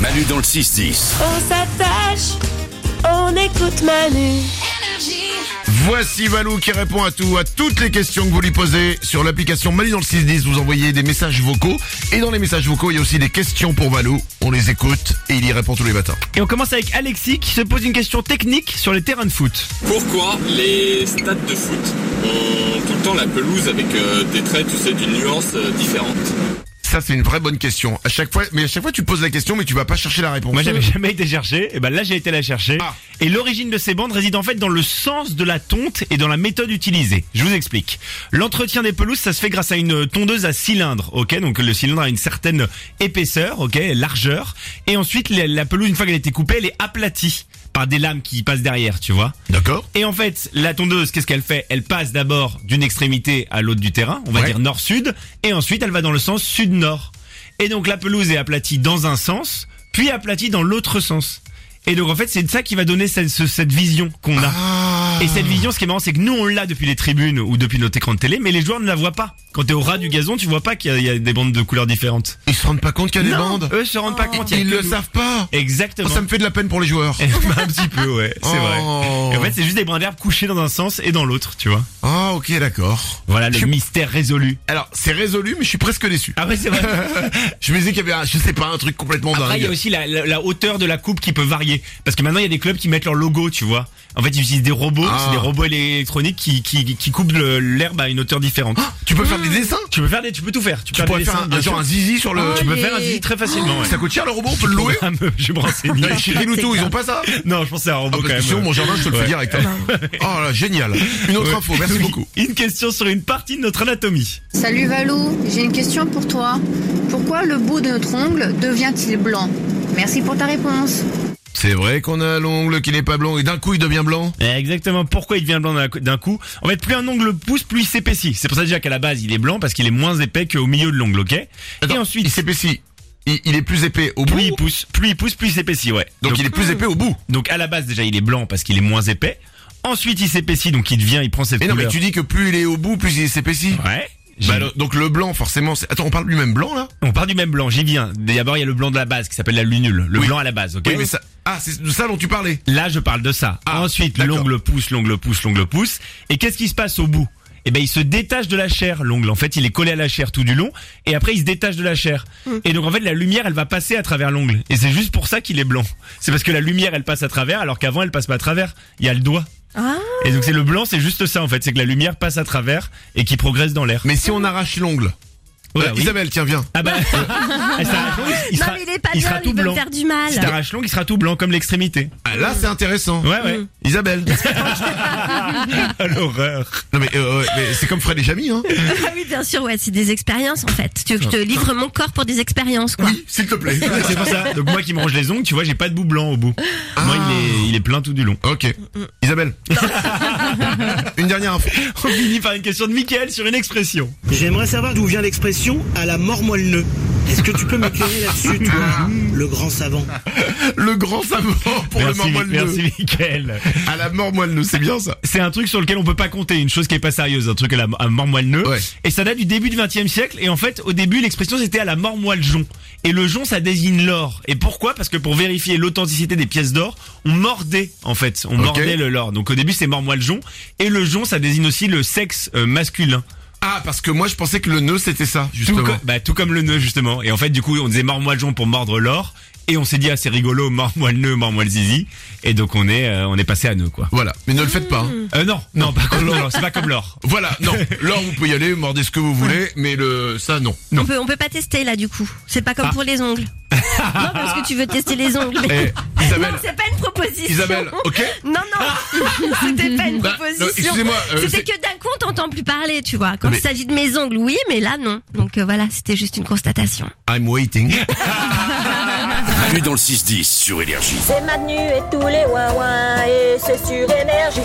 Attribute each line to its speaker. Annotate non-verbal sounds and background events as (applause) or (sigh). Speaker 1: Manu dans le 6-10.
Speaker 2: On s'attache, on écoute Manu.
Speaker 3: Voici Valou qui répond à tout, à toutes les questions que vous lui posez sur l'application Mali dans le 610. Vous envoyez des messages vocaux et dans les messages vocaux, il y a aussi des questions pour Valou. On les écoute et il y répond tous les matins.
Speaker 4: Et on commence avec Alexis qui se pose une question technique sur les terrains de foot.
Speaker 5: Pourquoi les stades de foot ont tout le temps la pelouse avec euh, des traits, tu sais, d'une nuance euh, différente
Speaker 3: Ça, c'est une vraie bonne question. À chaque fois, mais à chaque fois, tu poses la question, mais tu vas pas chercher la réponse.
Speaker 4: Moi j'avais jamais été chercher, et ben là j'ai été la chercher.
Speaker 3: Ah.
Speaker 4: Et l'origine de ces bandes réside en fait dans le sens de la tonte et dans la méthode utilisée. Je vous explique. L'entretien des pelouses, ça se fait grâce à une tondeuse à cylindre, ok Donc le cylindre a une certaine épaisseur, ok, largeur. Et ensuite la- la pelouse, une fois qu'elle a été coupée, elle est aplatie par des lames qui passent derrière, tu vois
Speaker 3: D'accord.
Speaker 4: Et en fait, la tondeuse, qu'est-ce qu'elle fait Elle passe d'abord d'une extrémité à l'autre du terrain, on va
Speaker 3: Ouais.
Speaker 4: dire nord-sud, et ensuite elle va dans le sens sud-nord. Et donc la pelouse est aplatie dans un sens, puis aplatie dans l'autre sens. Et donc en fait, c'est de ça qui va donner cette, ce- cette vision qu'on a. Et cette vision, ce qui est marrant, c'est que nous on l'a depuis les tribunes ou depuis notre écran de télé, mais les joueurs ne la voient pas. Quand t'es au ras du gazon, tu vois pas qu'il y, a- il y a des bandes de couleurs différentes.
Speaker 3: Ils se rendent pas compte qu'il y a des
Speaker 4: Non,
Speaker 3: bandes.
Speaker 4: Eux se rendent pas compte. il y a
Speaker 3: Ils
Speaker 4: que
Speaker 3: le
Speaker 4: nous.
Speaker 3: savent pas.
Speaker 4: Exactement.
Speaker 3: Oh, ça me fait de la peine pour les joueurs.
Speaker 4: Bah, (laughs) un petit peu, ouais, c'est vrai.
Speaker 3: Oh.
Speaker 4: Et en fait, c'est juste des brins d'herbe couchés dans un sens et dans l'autre, tu vois.
Speaker 3: Ah, ok, d'accord.
Speaker 4: Voilà le
Speaker 3: Je-
Speaker 4: mystère résolu.
Speaker 3: Alors, c'est résolu, Ah mais je suis presque déçu.
Speaker 4: Après, Ah
Speaker 3: (laughs)
Speaker 4: c'est vrai.
Speaker 3: Je me disais qu'il y avait, un- je sais pas, un truc complètement
Speaker 4: Après, il y a
Speaker 3: dingue.
Speaker 4: aussi la, la- la hauteur de la coupe qui peut varier. Parce que maintenant, il y a des clubs qui mettent leur logo, tu vois. En fait, ils utilisent des robots,
Speaker 3: Ah.
Speaker 4: c'est des robots électroniques qui, qui, qui coupent le- l'herbe à une hauteur différente.
Speaker 3: Ah, Tu peux
Speaker 4: Mmh.
Speaker 3: faire des dessins.
Speaker 4: Tu peux faire des, tu peux tout faire. Tu,
Speaker 3: Tu
Speaker 4: peux
Speaker 3: pourrais faire
Speaker 4: dessins,
Speaker 3: un,
Speaker 4: bien
Speaker 3: genre
Speaker 4: sûr. Ah
Speaker 3: un zizi sur le.
Speaker 4: Tu peux faire un zizi très facilement, ouais.
Speaker 3: Ça coûte cher le robot, on peut le (laughs)
Speaker 4: (laughs)
Speaker 3: louer.
Speaker 4: Ah, me- je vais me renseigner.
Speaker 3: Chez Kinoutou, ils ont pas ça
Speaker 4: Non, je pensais à un
Speaker 3: Ah,
Speaker 4: robot
Speaker 3: parce
Speaker 4: quand
Speaker 3: que
Speaker 4: même.
Speaker 3: sinon, mon jardin, je te le
Speaker 4: Ouais.
Speaker 3: fais direct. hein. Oh là, génial. Une autre
Speaker 4: Ouais.
Speaker 3: info, merci
Speaker 4: Oui.
Speaker 3: beaucoup.
Speaker 4: Une question sur une partie de notre anatomie.
Speaker 6: Salut Valou, j'ai une question pour toi. Pourquoi le bout de notre ongle devient-il blanc Merci pour ta réponse.
Speaker 3: C'est vrai qu'on a l'ongle qui n'est pas blanc et d'un coup, il devient blanc.
Speaker 4: Eh, Exactement. Pourquoi il devient blanc d'un coup- d'un coup En fait, plus un ongle pousse, plus il s'épaissit. C'est pour ça déjà qu'à la base, il est blanc parce qu'il est moins épais qu'au milieu de l'ongle, ok
Speaker 3: Attends,
Speaker 4: Et
Speaker 3: il
Speaker 4: ensuite,
Speaker 3: s'épaissit. Il, il est plus épais au bout.
Speaker 4: plus il pousse, plus il pousse, plus il s'épaissit, ouais.
Speaker 3: donc, il est plus épais au bout.
Speaker 4: donc à la base déjà, il est blanc parce qu'il est moins épais. Ensuite, il s'épaissit, donc il devient, il prend cette
Speaker 3: Mais non,
Speaker 4: couleur.
Speaker 3: mais tu dis que plus il est au bout, plus il s'épaissit.
Speaker 4: Ouais.
Speaker 3: Bah,
Speaker 4: J'ai-
Speaker 3: le- donc le blanc, forcément. c'est- Attends, on parle du même blanc là
Speaker 4: On part du même blanc, j'y viens. D'abord, il y a le blanc de la base qui s'appelle la lunule, le
Speaker 3: Oui.
Speaker 4: blanc à la base, ok
Speaker 3: Oui, mais ça. Ah, c'est de ça dont tu parlais.
Speaker 4: Là, je parle de ça.
Speaker 3: Ah,
Speaker 4: Ensuite,
Speaker 3: d'accord.
Speaker 4: l'ongle pousse, l'ongle pousse, l'ongle pousse. Et qu'est-ce qui se passe au bout Eh ben, il se détache de la chair, l'ongle. En fait, il est collé à la chair tout du long. Et après, il se détache de la chair.
Speaker 2: Hmm.
Speaker 4: Et donc, en fait, la lumière, elle va passer à travers l'ongle. Et c'est juste pour ça qu'il est blanc. C'est parce que la lumière, elle passe à travers, alors qu'avant, elle passe pas à travers. Il y a le doigt.
Speaker 2: Ah.
Speaker 4: Et donc, c'est le blanc, c'est juste ça, en fait. C'est que la lumière passe à travers et qui progresse dans l'air.
Speaker 3: Mais si on arrache l'ongle.
Speaker 4: Voilà,
Speaker 3: Euh,
Speaker 4: oui.
Speaker 3: Isabelle, tiens, viens. (laughs)
Speaker 4: Ah bah, Ah, ça arrache l'ongle, il
Speaker 2: non,
Speaker 4: sera,
Speaker 2: mais il est pas
Speaker 4: il
Speaker 2: bien,
Speaker 4: sera
Speaker 2: il
Speaker 4: tout
Speaker 2: veut me
Speaker 4: blanc.
Speaker 2: faire du mal.
Speaker 4: Si t'arraches l'ongle, il sera tout blanc comme l'extrémité.
Speaker 3: Ah, là, c'est intéressant.
Speaker 4: Ouais, ouais.
Speaker 2: Hmm.
Speaker 3: Isabelle.
Speaker 4: (laughs) Ah, L'horreur.
Speaker 3: non, mais, euh, ouais, mais c'est comme Fred et Jamy, hein.
Speaker 2: Ah oui, bien sûr, ouais, c'est des expériences en fait. Tu veux que je te livre mon corps pour des expériences, quoi.
Speaker 3: Oui, s'il te plaît.
Speaker 4: Ouais, c'est pour ça. Donc moi qui me range les ongles, tu vois, j'ai pas de bout blanc au bout. Moi, il est, il est plein tout du long.
Speaker 3: (laughs) Ok. Isabelle. Une dernière info.
Speaker 4: On finit par une question de Mickaël sur une expression.
Speaker 7: J'aimerais savoir d'où vient l'expression à la mort moelle-neu. Est-ce que tu peux m'éclairer là-dessus, toi, le grand savant
Speaker 3: Le grand savant pour
Speaker 4: merci,
Speaker 3: le mort moelleux.
Speaker 4: merci Mickaël.
Speaker 3: À la mort moelleux, c'est bien ça.
Speaker 4: C'est un truc sur lequel on peut pas compter, une chose qui est pas sérieuse, un truc à la à mort moelle nœud.
Speaker 3: Ouais.
Speaker 4: Et ça date du début du 20 e siècle. Et en fait, au début, l'expression c'était à la mort moelle jonc. Et le jonc, ça désigne l'or. Et pourquoi Parce que pour vérifier l'authenticité des pièces d'or, on mordait en fait, on
Speaker 3: Ok.
Speaker 4: mordait le l'or. Donc au début, c'est mort moelle jonc. Et le jonc, ça désigne aussi le sexe euh, masculin.
Speaker 3: Ah, parce que moi je pensais que le nœud c'était ça,
Speaker 4: Tout,
Speaker 3: justement.
Speaker 4: comme- bah, tout comme le nœud justement. Et en fait, du coup, on disait mort-moelle-jon pour mordre l'or. Et on s'est dit, ah, c'est rigolo, mort-moelle-nœud, mort-moelle-zizi. Et donc, on est, euh, on est passé à nœud, quoi.
Speaker 3: Voilà. Mais ne le faites pas. hein.
Speaker 4: Euh, non, non, pas comme l'or, c'est pas comme l'or.
Speaker 3: Voilà, non. L'or, vous pouvez y aller, mordez ce que vous voulez, mais le, ça, non.
Speaker 2: On peut, on peut pas tester là du coup. C'est pas comme
Speaker 3: Ah.
Speaker 2: pour les
Speaker 3: (laughs)
Speaker 2: ongles. non parce que tu veux tester les ongles. mais-
Speaker 3: Eh, Isabelle.
Speaker 2: Non, c'est pas une proposition.
Speaker 3: Isabelle, ok
Speaker 2: Non,
Speaker 3: (laughs)
Speaker 2: non, c'était pas une
Speaker 3: Bah, non,
Speaker 2: proposition.
Speaker 3: excusez-moi, euh, c'est- Ah,
Speaker 2: c'était que d'un coup on t'entend plus parler, tu vois. Quand
Speaker 3: Mais-
Speaker 2: il s'agit de mes ongles, oui, mais là non. Donc euh, voilà, c'était juste une constatation.
Speaker 3: I'm waiting.
Speaker 1: Manu dans le 6-10 sur Énergie.
Speaker 8: C'est Manu et tous les ouin-ouin et c'est sur énergie.